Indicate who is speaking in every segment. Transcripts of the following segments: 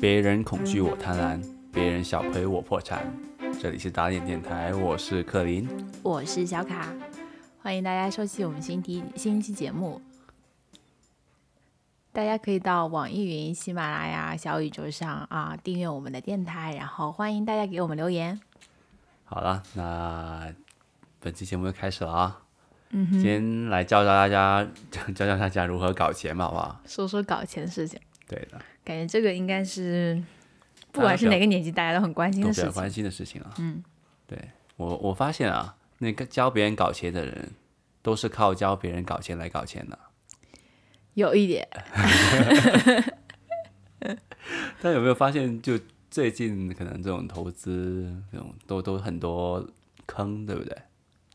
Speaker 1: 别人恐惧我贪婪，别人小亏我破产。这里是打脸电台，我是克林。
Speaker 2: 我是小卡，欢迎大家收听我们新第新一期节目。大家可以到网易云、喜马拉雅、小宇宙上啊订阅我们的电台，然后欢迎大家给我们留言。
Speaker 1: 好了，那本期节目就开始了啊。嗯先来教教大家， 教教大家如何搞钱吧，好不好？
Speaker 2: 说说搞钱的事情，
Speaker 1: 对的，
Speaker 2: 感觉这个应该是不
Speaker 1: 大家
Speaker 2: 管是
Speaker 1: 比较
Speaker 2: 哪个年纪，大家都很关心
Speaker 1: 都
Speaker 2: 的
Speaker 1: 比
Speaker 2: 事
Speaker 1: 较
Speaker 2: 情。
Speaker 1: 关心的事情啊。嗯，对我我发现啊，那个教别人搞钱的人，都是靠教别人搞钱来搞钱的。
Speaker 2: 有一点，
Speaker 1: 但有没有发现，就最近可能这种投资，这种都都很多坑，对不对？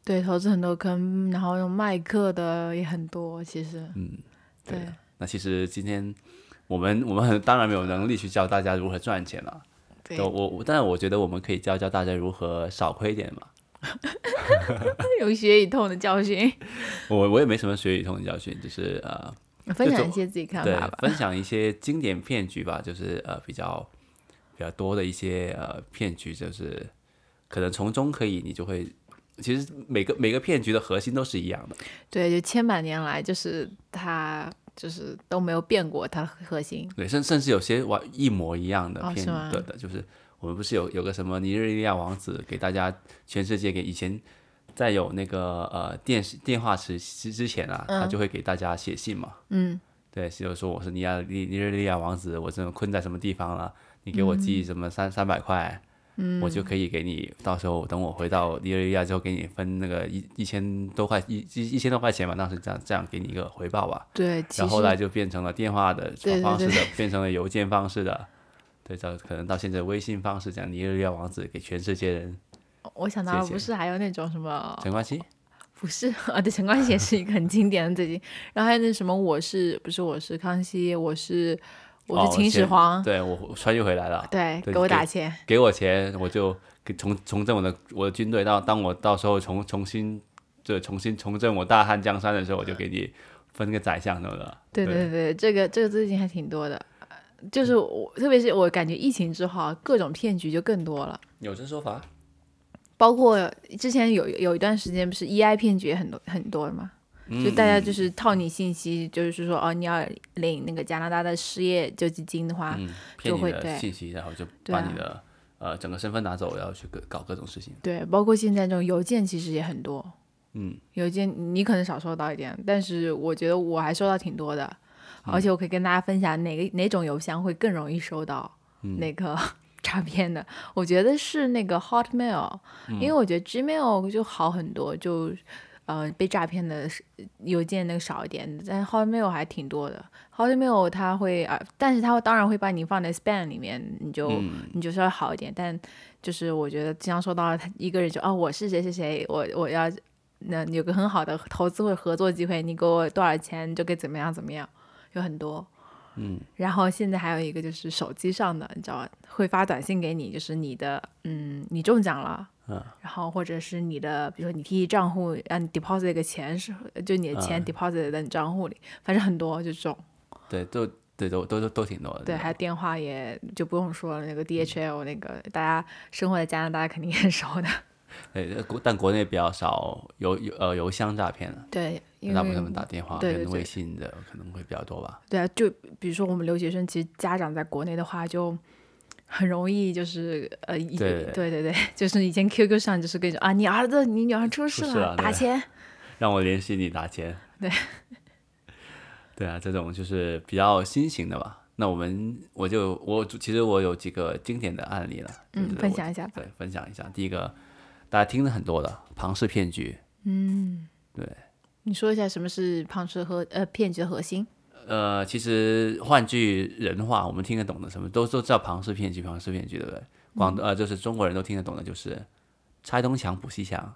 Speaker 2: 对，投资很多坑，然后用卖课的也很多，其实，
Speaker 1: 嗯，对
Speaker 2: 对
Speaker 1: 的。那其实今天我们我们很当然没有能力去教大家如何赚钱了。
Speaker 2: 对
Speaker 1: 就，我，我但是我觉得我们可以教教大家如何少亏点嘛。
Speaker 2: 有血与痛的教训，嗯
Speaker 1: 我我也没什么学语通的教训， 就是呃，
Speaker 2: 分享
Speaker 1: 总
Speaker 2: 一些自己看
Speaker 1: 对
Speaker 2: 法吧，。
Speaker 1: 分享一些经典骗局吧，就是呃比较比较多的一些呃骗局，就是可能从中可以你就会，其实每个每个骗局的核心都是一样的。
Speaker 2: 对，就千百年来，就是它就是都没有变过它的核心。
Speaker 1: 对，甚甚至有些完一模一样的
Speaker 2: 哦
Speaker 1: 片
Speaker 2: 是吗
Speaker 1: 对的，就是我们不是有有个什么尼日利亚王子给大家全世界给以前在有那个呃电视电话时之之前啊，他就会给大家写信嘛，
Speaker 2: 嗯，
Speaker 1: 对，就说我是尼亚尼尼日利亚王子，我这困在什么地方了，你给我
Speaker 2: 嗯
Speaker 1: 寄什么三三百块。嗯，我就可以给你，到时候等我回到尼日利亚之后，给你分那个一一千多块一一一千多块钱吧，当时这样这样给你一个回报吧。
Speaker 2: 对，其
Speaker 1: 然后后
Speaker 2: 实
Speaker 1: 来就变成了电话的
Speaker 2: 对对
Speaker 1: 方式的，
Speaker 2: 对
Speaker 1: 变成了邮件方式的，对，到可能到现在微信方式这样，尼日利亚王子给全世界人
Speaker 2: 我想到了，
Speaker 1: 谢
Speaker 2: 不
Speaker 1: 谢
Speaker 2: 是还有那种什么，
Speaker 1: 陈冠希，
Speaker 2: 不是啊？对，陈 冠希也是一个很经典的最近，然后还有那什么，我是不是我是康熙，我是我
Speaker 1: 哦
Speaker 2: 是秦始
Speaker 1: 前
Speaker 2: 皇，
Speaker 1: 对我我穿越回来了，
Speaker 2: 对，
Speaker 1: 对
Speaker 2: 给我
Speaker 1: 给
Speaker 2: 打钱，
Speaker 1: 给我钱我就给重重振我的我的军队，到当我到时候重重新就重新重振我大汉江山的时候，我就给你分个宰相什么的，
Speaker 2: 对
Speaker 1: 对
Speaker 2: 对对，这个这个最近还挺多的，呃就是我特别是我感觉疫情之后啊，各种骗局就更多了。
Speaker 1: 有这说法？
Speaker 2: 包括之前有有一段时间不是 EI 骗局也很多很多嘛，就大家就是套你信息，就是说哦你要领那个加拿大的失业救济金的话，
Speaker 1: 嗯，骗
Speaker 2: 就
Speaker 1: 你
Speaker 2: 会
Speaker 1: 的
Speaker 2: 对
Speaker 1: 信息，然后就
Speaker 2: 对
Speaker 1: 把
Speaker 2: 啊
Speaker 1: 你的、呃整个身份拿走，然后去各搞各种事情。
Speaker 2: 对，包括现在这种邮件其实也很多，
Speaker 1: 嗯，
Speaker 2: 邮件你可能少收到一点，但是我觉得我还收到挺多的，
Speaker 1: 嗯
Speaker 2: 而且我可以跟大家分享哪个哪种邮箱会更容易收到
Speaker 1: 嗯
Speaker 2: 那个 诈骗的。我觉得是那个 Hotmail，、因
Speaker 1: 嗯
Speaker 2: 为我觉得 Gmail 就好很多，就呃被诈骗的是邮件那个少一点，但 Hotmail 还挺多的。Hotmail 它会啊、但是它会当然会把你放在 spam 里面，你就、
Speaker 1: 嗯
Speaker 2: 你就稍微好一点。但就是我觉得经常收到他一个人就啊、我是谁谁谁，我我要那有个很好的投资或者合作机会，你给我多少钱你就给怎么样怎么样，有很多。嗯，然后现在还有一个就是手机上的，你知道吧会发短信给你，就是你的，嗯，你中奖了，嗯，然后或者是你的，比如说你提起账户，让你 deposit 个钱是，就你的钱 deposit 在你账户里，反正很多就这种，
Speaker 1: 对，都对都都都都挺多的。
Speaker 2: 对，还有电话也就不用说了，那个 DHL 那个，大家生活在加拿大肯定很 熟的，
Speaker 1: 对，呃国但国内比较少邮邮呃邮箱诈骗了，
Speaker 2: 对，因
Speaker 1: 大部分他
Speaker 2: 为
Speaker 1: 们打电话
Speaker 2: 对对
Speaker 1: 跟
Speaker 2: 对
Speaker 1: 微信的可能会比较多吧。
Speaker 2: 对啊，就比如说我们留学生，其实家长在国内的话就。很容易就是呃，一
Speaker 1: 对
Speaker 2: 对对对， 就是以前 QQ 上就是跟你说啊，你儿子你女儿出事
Speaker 1: 出事了
Speaker 2: 打
Speaker 1: 对
Speaker 2: 钱，
Speaker 1: 让我联系你打钱。
Speaker 2: 对，
Speaker 1: 对啊，这种就是比较新型的吧。那我们我就我其实我有几个经典的案例了，
Speaker 2: 嗯
Speaker 1: 就是，
Speaker 2: 分
Speaker 1: 我
Speaker 2: 享一下吧。
Speaker 1: 对分享一下。第一个大家听了很多的庞氏骗局，
Speaker 2: 你说一下什么是庞氏和呃骗局的核心？
Speaker 1: 呃，其实换句人话，我们听得懂的什么都都知道庞氏骗局，庞氏骗局对不对？
Speaker 2: 嗯
Speaker 1: 广呃就是中国人都听得懂的，就是拆东墙补西墙。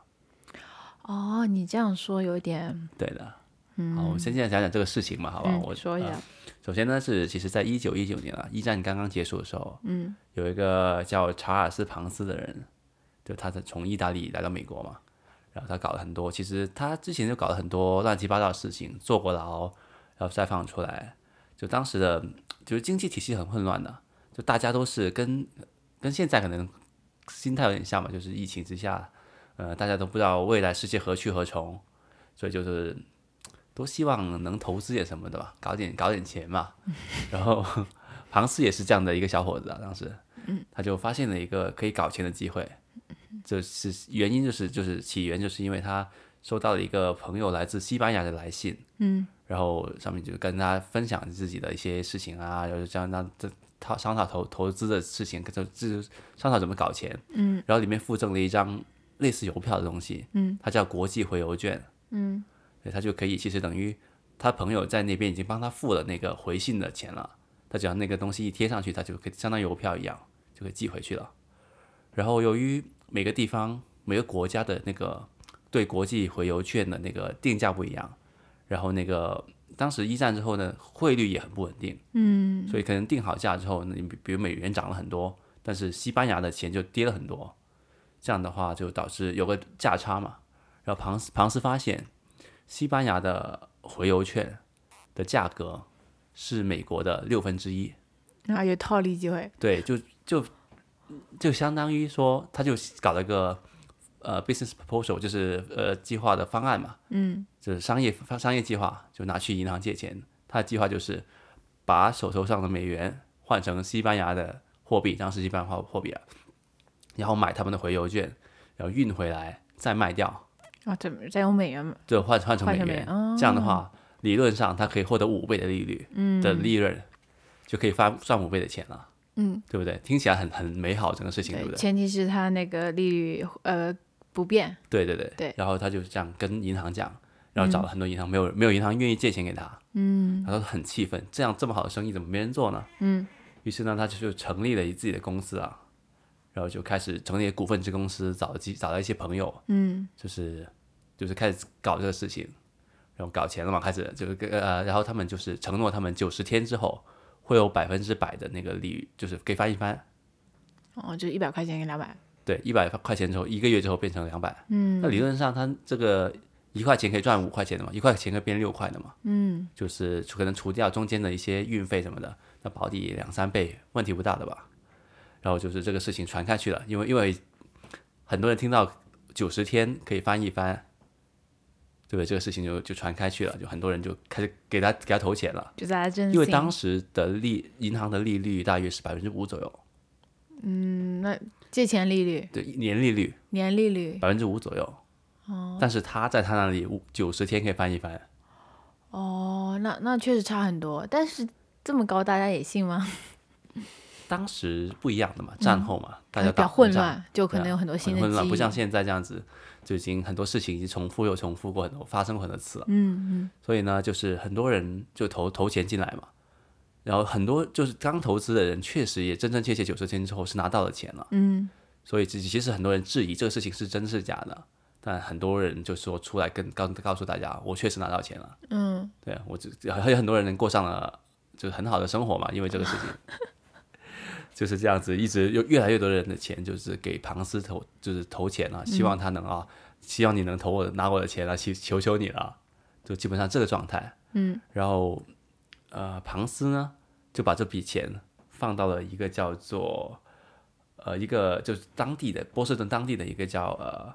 Speaker 2: 哦，你这样说有点，
Speaker 1: 对的。嗯，好，我们先现在讲讲这个事情嘛，好吧？
Speaker 2: 嗯，
Speaker 1: 我啊
Speaker 2: 说一下，
Speaker 1: 首先呢是，其实在一九一九年啊，一战刚刚结束的时候，嗯，有一个叫查尔斯·庞斯的人，就他在从意大利来到美国嘛，然后他搞了很多，其实他之前就搞了很多乱七八糟的事情，坐过牢，然后再放出来，就当时的就是经济体系很混乱的，就大家都是跟跟现在可能心态有点像吧，就是疫情之下，呃，大家都不知道未来世界何去何从，所以就是多希望能投资点什么的吧，搞点搞点钱 嘛。然后庞氏也是这样的一个小伙子啊，当时，他就发现了一个可以搞钱的机会，嗯就是原因就是就是起源就是因为他收到了一个朋友来自西班牙的来信，嗯，然后上面就跟他分享自己的一些事情啊，然后就这样让这他商讨投投资的事情，就就商讨怎么搞钱，嗯，然后里面附赠了一张类似邮票的东西，嗯，它叫国际回邮券，
Speaker 2: 嗯，
Speaker 1: 对，他就可以其实等于他朋友在那边已经帮他付了那个回信的钱了，他只要那个东西一贴上去，他就可以相当于邮票一样就可以寄回去了。然后由于每个地方每个国家的那个对国际回邮券的那个定价不一样，然后那个当时一战之后呢，汇率也很不稳定，嗯，所以可能定好价之后，你比比如美元涨了很多，但是西班牙的钱就跌了很多，这样的话就导致有个价差嘛。然后庞斯庞斯发现，西班牙的回邮券的价格是美国的六分之一，
Speaker 2: 然啊后有套利机会，
Speaker 1: 对，就就就相当于说，他就搞了个呃 business proposal，就是呃计划的方案嘛，嗯，就是商业商业计划，就拿去银行借钱。他的计划就是把手头上的美元换成西班牙的货币，当时西班牙货货币啊，然后买他们的回邮券，然后运回来再卖掉，
Speaker 2: 啊，怎么再用美元
Speaker 1: 就换换成
Speaker 2: 换
Speaker 1: 美
Speaker 2: 成
Speaker 1: 元。
Speaker 2: 美元哦
Speaker 1: 这样的话，理论上它可以获得五倍的利率，的利润、就可以发赚五倍的钱了。
Speaker 2: 嗯，
Speaker 1: 对不对？听起来很很美好，整个事情，对不对？
Speaker 2: 前提是它那个利率呃不变，
Speaker 1: 对对对
Speaker 2: 对
Speaker 1: 然后他就这样跟银行讲，然后找了很多银行，没有没有银行愿意借钱给他，嗯，他很气愤，这样这么好的生意怎么没人做呢？嗯，于是呢，他就就成立了自己的公司啊，然后就开始成立股份制公司，找了几找了一些朋友，嗯，就是就是开始搞这个事情，然后搞钱了嘛，开始就是跟呃，然后他们就是承诺他们九十天之后会有百分之百的那个利率，就是给翻一番，
Speaker 2: 哦，就一百块钱给两百，
Speaker 1: 对，一百块钱之后，一个月之后变成两百，嗯，那理论上它这个一块钱可以赚五块钱的嘛，一块钱可以变六块的嘛，嗯，就是除可能除掉中间的一些运费什么的，那保底两三倍问题不大的吧。然后就是这个事情传开去了，因为因为很多人听到九十天可以翻一番，对不对？这个事情就就传开去了，就很多人就开始给他给他投钱了，
Speaker 2: 就大家真
Speaker 1: 因为
Speaker 2: 信
Speaker 1: 当时的利银行的利率大约是百分之五左右，
Speaker 2: 嗯那借钱利率
Speaker 1: 对，年利率。
Speaker 2: 年利率
Speaker 1: 百分之五左右。但是他在他那里九十天可以翻一番，
Speaker 2: 哦，那那确实差很多，但是这么高大家也信吗？
Speaker 1: 当时不一样的嘛，战后嘛，大家
Speaker 2: 嗯 比较
Speaker 1: 打
Speaker 2: 混
Speaker 1: 混战，
Speaker 2: 乱，就可
Speaker 1: 对啊
Speaker 2: 能有很多新
Speaker 1: 很
Speaker 2: 的
Speaker 1: 混乱，
Speaker 2: 记忆，
Speaker 1: 不像现在这样子，就已经很多事情已经重复又重复过很多，发生过很多次了。
Speaker 2: 嗯嗯
Speaker 1: 所以呢，就是很多人就投投钱进来嘛，然后很多就是刚投资的人，确实也真真切切九十天之后是拿到了钱了。
Speaker 2: 嗯，
Speaker 1: 所以其其实很多人质疑这个事情是真是假的，但很多人就说出来跟告告诉大家，我确实拿到钱了。
Speaker 2: 嗯，
Speaker 1: 对啊我就还有很多人能过上了就是很好的生活嘛，因为这个事情就是这样子，一直有越来越多人的钱就是给庞斯投，就是投钱了、希望他能啊，希望你能投我拿我的钱了、求求求你了啊，就基本上这个状态。嗯，然后呃，庞斯呢就把这笔钱放到了一个叫做呃一个就是当地的波士顿当地的一个叫呃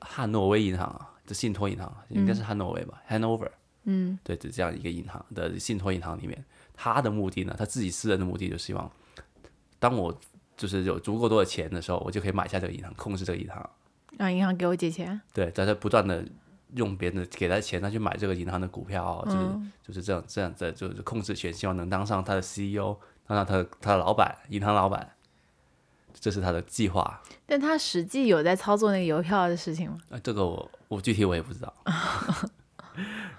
Speaker 1: 汉诺威银行啊，这信托银行应该是汉诺威吧、h a n o v e r 对，这这样一个银行的信托银行里面，他的目的呢，他自己私人的目的就是希望，当我就是有足够多的钱的时候，我就可以买下这个银行，控制这个银行。
Speaker 2: 让银行给我借钱，
Speaker 1: 对，在他不断的用别人的给他钱，他去买这个银行的股票，啊就是、就是这样这样的就是控制权，希望能当上他的 CEO，当上他的他的老板，银行老板。这是他的计划，
Speaker 2: 但他实际有在操作那个邮票的事情吗？
Speaker 1: 呃，这个我我具体我也不知道。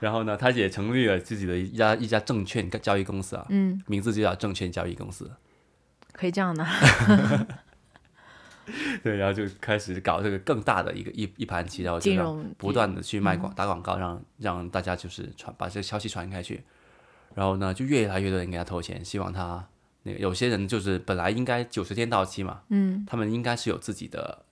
Speaker 1: 然后呢，他也成立了自己的一家一家证券交易公司啊，嗯，名字就叫证券交易公司。
Speaker 2: 嗯可以这样的，
Speaker 1: 对，然后就开始搞这个更大的一个一一盘棋，然后就
Speaker 2: 金嗯
Speaker 1: 让
Speaker 2: 融
Speaker 1: 不断的去卖广打广告，让让大家就是传把这个消息传开去，然后呢，就越来越多人给他投钱，希望他那个有些人就是本来应该九十天到期嘛，嗯，他们应该是有自己的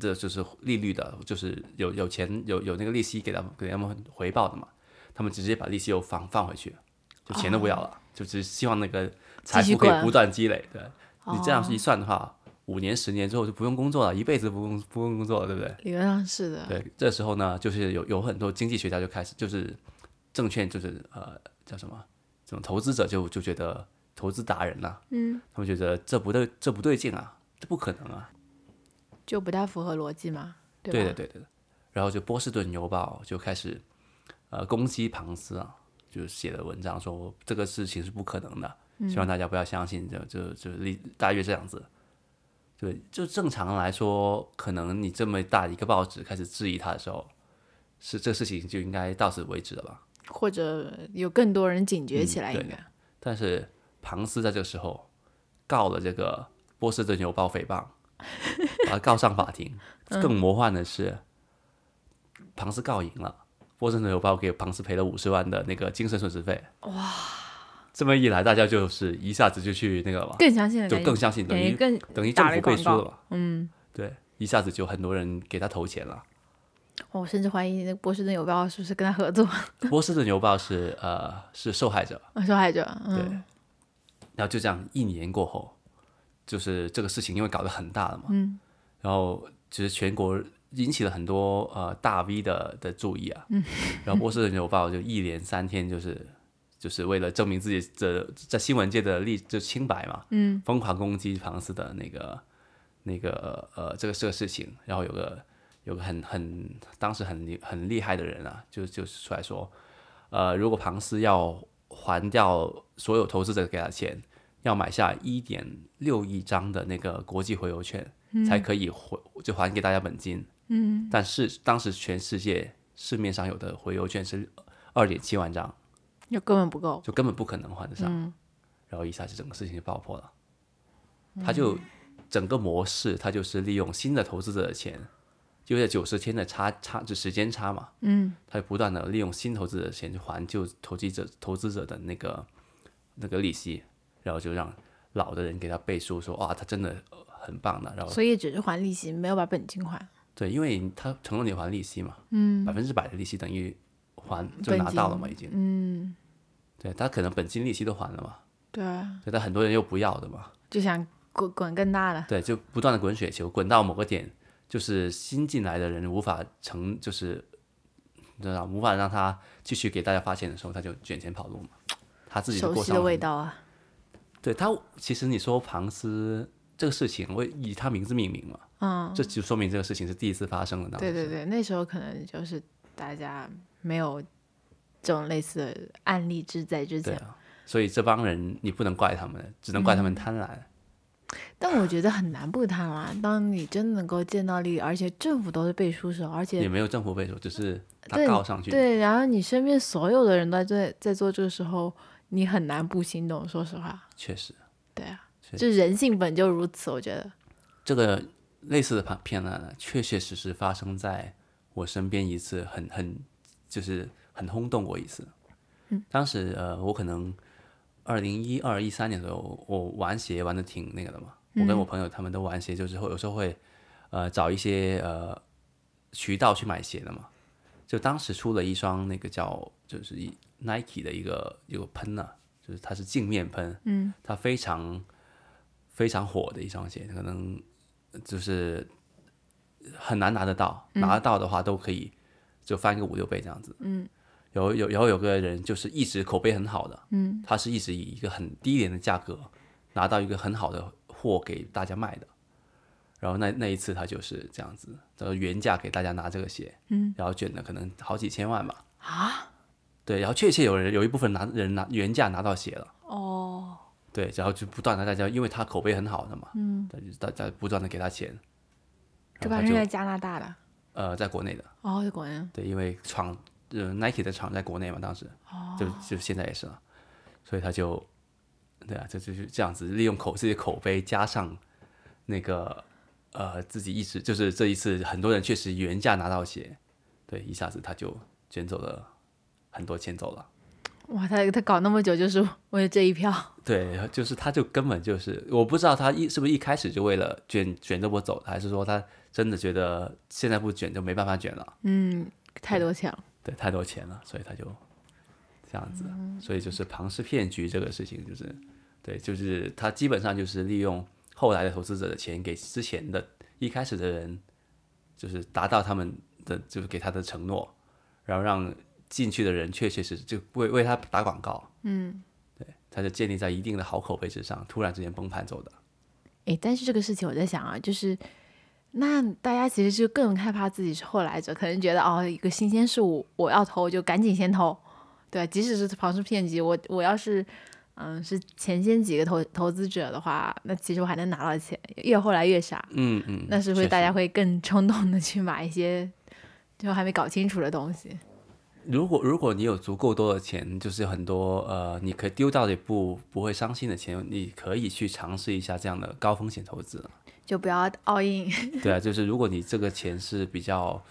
Speaker 1: 这就是利率的，就是有有钱有有那个利息给他们给他们回报的嘛，他们直接把利息又放放回去，就钱都不要了，就只希望那个财
Speaker 2: 继续
Speaker 1: 富可以
Speaker 2: 滚
Speaker 1: 不哦断积哦累。对你这样一算的话，五年十年之后就不用工作了，一辈子不工不用工作了，对不对？
Speaker 2: 理论上是的，
Speaker 1: 对，这时候呢，就是有有很多经济学家就开始，就是证券就是呃叫什么，这种投资者就就觉得投资达人呐、嗯，他们觉得这不对，这不对劲啊，这不可能啊，
Speaker 2: 就不太符合逻辑嘛，对吧？
Speaker 1: 对的，对的。对的然后就《波士顿邮报》就开始呃攻击庞斯啊，就写了文章说这个事情是不可能的，
Speaker 2: 嗯
Speaker 1: 希望大家不要相信，就就就例大约这样子。对，就正常来说，可能你这么大一个报纸开始质疑他的时候，是这事情就应该到此为止了吧？
Speaker 2: 或者有更多人警觉
Speaker 1: 嗯
Speaker 2: 起来，
Speaker 1: 对
Speaker 2: 应该、
Speaker 1: 但是庞斯在这个时候告了这个波士顿邮报诽 谤，把他告上法庭。
Speaker 2: 嗯
Speaker 1: 更魔幻的是，庞斯告赢了，波士顿邮报给庞斯赔了五十万的那个精神损失费。哇！这么一来，大家就是一下子就去那个嘛，
Speaker 2: 更相信了，
Speaker 1: 就
Speaker 2: 感觉
Speaker 1: 更相信，等
Speaker 2: 感
Speaker 1: 于
Speaker 2: 觉更
Speaker 1: 等于政
Speaker 2: 打了
Speaker 1: 府
Speaker 2: 一
Speaker 1: 背
Speaker 2: 广
Speaker 1: 书
Speaker 2: 告
Speaker 1: 了嘛。嗯，对，一下子就很多人给他投钱了。
Speaker 2: 我甚至怀疑那个波士顿邮报是不是跟他合作，
Speaker 1: 波士顿邮报是呃是受害者，
Speaker 2: 受害者。
Speaker 1: 对
Speaker 2: 嗯，，
Speaker 1: 然后就这样一年过后，就是这个事情因为搞得很大了嘛，然后其实全国引起了很多呃大 V 的的注意啊，然后波士顿邮报就一连三天就是就是为了证明自己的在新闻界的立就清白嘛，嗯，疯狂攻击庞斯的那个那个呃这个这个事情，然后有个有个很很当时很厉很厉害的人啊，就就是出来说，呃，如果庞斯要还掉所有投资者给他钱，要买下一点六亿张的那个国际回邮券，才可以回就还给大家本金。嗯，但是当时全世界市面上有的回邮券是二点七万张，
Speaker 2: 就根本不够。
Speaker 1: 就根本不可能还得上。然后一下子整个事情就爆破了，他就整个模式，他就是利用新的投资者的钱，就在九十天的差差就时间差嘛，嗯，他就不断的利用新投资者的钱去还旧投机者投资者的那个那个利息，然后就让老的人给他背书说哇，他真的呃很棒的，然后
Speaker 2: 所以只是还利息，没有把本金还。
Speaker 1: 对，因为他承诺你还利息嘛，嗯，百分之百的利息等于还就
Speaker 2: 本
Speaker 1: 拿到了
Speaker 2: 金
Speaker 1: 嘛，已经，嗯，对他可能本金利息都还了嘛，
Speaker 2: 对啊，
Speaker 1: 对，但很多人又不要的嘛，
Speaker 2: 就想滚滚更大了。
Speaker 1: 对，就不断的滚雪球，滚到某个点，就是新进来的人无法成，就是你知道无法让他继续给大家发钱的时候，他就卷钱跑路嘛，他自己就
Speaker 2: 熟
Speaker 1: 过
Speaker 2: 悉
Speaker 1: 上
Speaker 2: 的
Speaker 1: 了
Speaker 2: 味
Speaker 1: 很。
Speaker 2: 道啊，
Speaker 1: 对他，其实你说庞斯这个事情，我以他名字命名嘛，嗯，这就说明这个事情是第一次发生的，当
Speaker 2: 对
Speaker 1: 时
Speaker 2: 对对，那时候可能就是大家没有这种类似的案例之在之
Speaker 1: 对
Speaker 2: 前，
Speaker 1: 啊，所以这帮人你不能怪他们，只能怪他们贪婪。
Speaker 2: 嗯但我觉得很难不贪婪。当你真能够见到利益，而且政府都是背书手，而且
Speaker 1: 也没有政府背书，只是他
Speaker 2: 对
Speaker 1: 告上去。
Speaker 2: 对，然后你身边所有的人都在在在做这个时候，你很难不心动。说实话，
Speaker 1: 确实，
Speaker 2: 对啊，
Speaker 1: 是
Speaker 2: 就人性本就如此，我觉得。
Speaker 1: 这个类似的判片案呢，确确实实发生在我身边一次很，很就是很轰动我一次。当时呃，我可能二零一二一三年的时候，我玩鞋玩的挺那个的嘛，我跟我朋友他们都玩鞋，就是会有时候会呃找一些呃渠道去买鞋的嘛。就当时出了一双那个叫就是一 Nike 的一个一个喷啊，就是它是镜面喷，嗯，它非常非常火的一双鞋，可能就是很难拿得到，拿得到的话都可以就翻个五六倍这样子。嗯，有有然后有个人就是一直口碑很好的，嗯，他是一直以一个很低廉的价格拿到一个很好的货给大家卖的。然后那那一次他就是这样子，呃，原价给大家拿这个鞋，嗯，然后卷了可能好几千万吧。啊？对，然后确切有人有一部分拿人拿原价拿到鞋了。
Speaker 2: 哦，
Speaker 1: 对，然后就不断的大家，因为他口碑很好的嘛，嗯，大家不断的给他钱，
Speaker 2: 这
Speaker 1: 然
Speaker 2: 帮
Speaker 1: 后
Speaker 2: 人
Speaker 1: 他
Speaker 2: 在
Speaker 1: 就
Speaker 2: 加拿大的，
Speaker 1: 呃在国内的，
Speaker 2: 哦，果然
Speaker 1: 对，因为厂呃 Nike 的厂在国内嘛，当时，就就现在也是了，所以他就，对啊，这就是这样子，利用口自己的口碑加上那个呃自己一直就是这一次很多人确实原价拿到鞋，对，一下子他就卷走了很多钱走了，
Speaker 2: 哇，他他搞那么久就是为了这一票，
Speaker 1: 对，就是他就根本就是，我不知道他一是不是一开始就为了卷卷着我走的，还是说他真的觉得现在不卷就没办法卷了，
Speaker 2: 嗯，太多钱了，
Speaker 1: 对，太多钱了，所以他就这样子，
Speaker 2: 嗯
Speaker 1: 所以就是庞氏骗局这个事情，就是对，就是他基本上就是利用后来的投资者的钱给之前的一开始的人，就是达到他们的就是给他的承诺，然后让进去的人确确实实就为为他打广告，
Speaker 2: 嗯
Speaker 1: 对，他就建立在一定的好口碑之上，突然之间崩盘走的。
Speaker 2: 诶，但是这个事情我在想啊，就是那大家其实就更害怕自己是后来者，可能觉得哦，一个新鲜事物我要投，我就赶紧先投，对吧，即使是庞氏骗局，我我要是嗯是前先几个投投资者的话，那其实我还能拿到钱，越后来越傻，
Speaker 1: 嗯嗯，
Speaker 2: 那是不是
Speaker 1: 确
Speaker 2: 大
Speaker 1: 实
Speaker 2: 家会更冲动的去买一些就还没搞清楚的东西？
Speaker 1: 如果如果你有足够多的钱，就是很多呃，你可以丢掉的不不会伤心的钱，你可以去尝试一下这样的高风险投资。
Speaker 2: 就不要 all in，
Speaker 1: 对啊，就是如果你这个钱是比较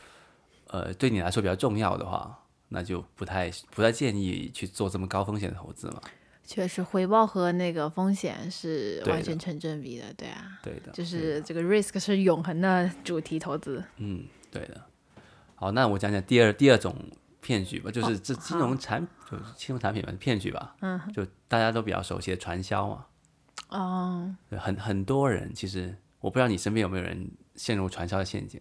Speaker 1: 呃对你来说比较重要的话，那就不太不太建议去做这么高风险的投资嘛。
Speaker 2: 确实回报和那个风险是
Speaker 1: 对
Speaker 2: 完
Speaker 1: 的
Speaker 2: 全成正比的，对啊，
Speaker 1: 对的，
Speaker 2: 就是这个 risk 是永恒的主题投资。
Speaker 1: 嗯，对的。好，那我讲讲第二第二种骗局吧，就是这金融产、就是金融产品嘛，骗局吧，嗯，就大家都比较熟悉的传销嘛，
Speaker 2: 哦，
Speaker 1: 对很很多人其实我不知道你身边有没有人陷入传销的陷阱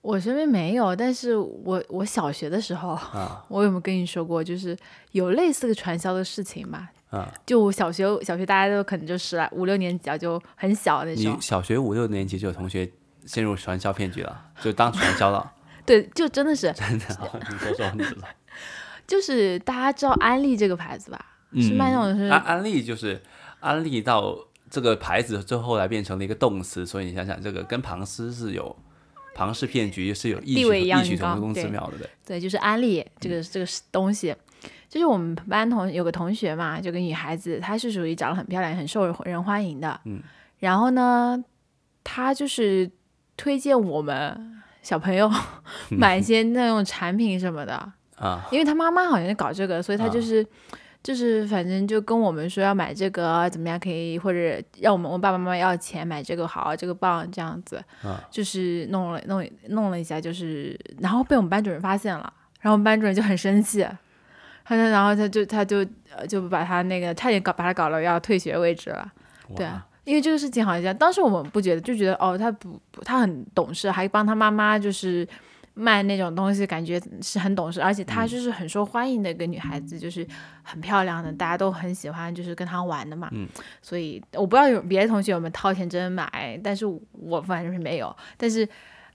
Speaker 2: 我身边没有，但是我我小学的时候，
Speaker 1: 啊
Speaker 2: 我有没有跟你说过，就是有类似的传销的事情吧？
Speaker 1: 啊、
Speaker 2: 就我小学小学大家都可能就十来五六年级啊，就很小那种
Speaker 1: 你，小学五六年级就有同学陷入传销骗局了， 就当传销 了，
Speaker 2: 对，就真的是
Speaker 1: 真的啊、 你说说，你说说。
Speaker 2: 就是大家知道安利这个牌子吧？ 是卖那种是
Speaker 1: 嗯啊安安利就是安利到这个牌子，最后来变成了一个动词，所以你想想，这个跟庞氏是有庞氏骗局是有异
Speaker 2: 地
Speaker 1: 曲
Speaker 2: 位一样
Speaker 1: 异曲
Speaker 2: 高
Speaker 1: 同工之
Speaker 2: 对
Speaker 1: 妙的，对，
Speaker 2: 对，就是安利这个、这个是东西，就是我们班同有个同学嘛，就个女孩子，她是属于长得很漂亮、很受人人欢迎的，嗯，然后呢，她就是推荐我们小朋友买一些那种产品什么的，
Speaker 1: 啊，
Speaker 2: 因为她妈妈好像是搞这个，所以她就是。就是反正就跟我们说要买这个怎么样可以，或者让我们问爸爸妈妈要钱买这个好，这个棒这样子，
Speaker 1: 啊
Speaker 2: 就是弄了弄弄了一下，就是然后被我们班主任发现了，然后我们班主任就很生气，他就然后他就他就呃就把他那个差点搞把他搞了要退学为止了，对啊
Speaker 1: 哇，
Speaker 2: 因为这个事情好像当时我们不觉得，就觉得哦他不不他很懂事，还帮他妈妈就是。卖那种东西，感觉是很懂事，而且她
Speaker 1: 嗯
Speaker 2: 就是很受欢迎的一个女孩子，就是很漂亮的，大家都很喜欢，就是跟她玩的嘛。
Speaker 1: 嗯
Speaker 2: 所以我不知道有别的同学有没有掏钱真买，但是我反正是没有。但是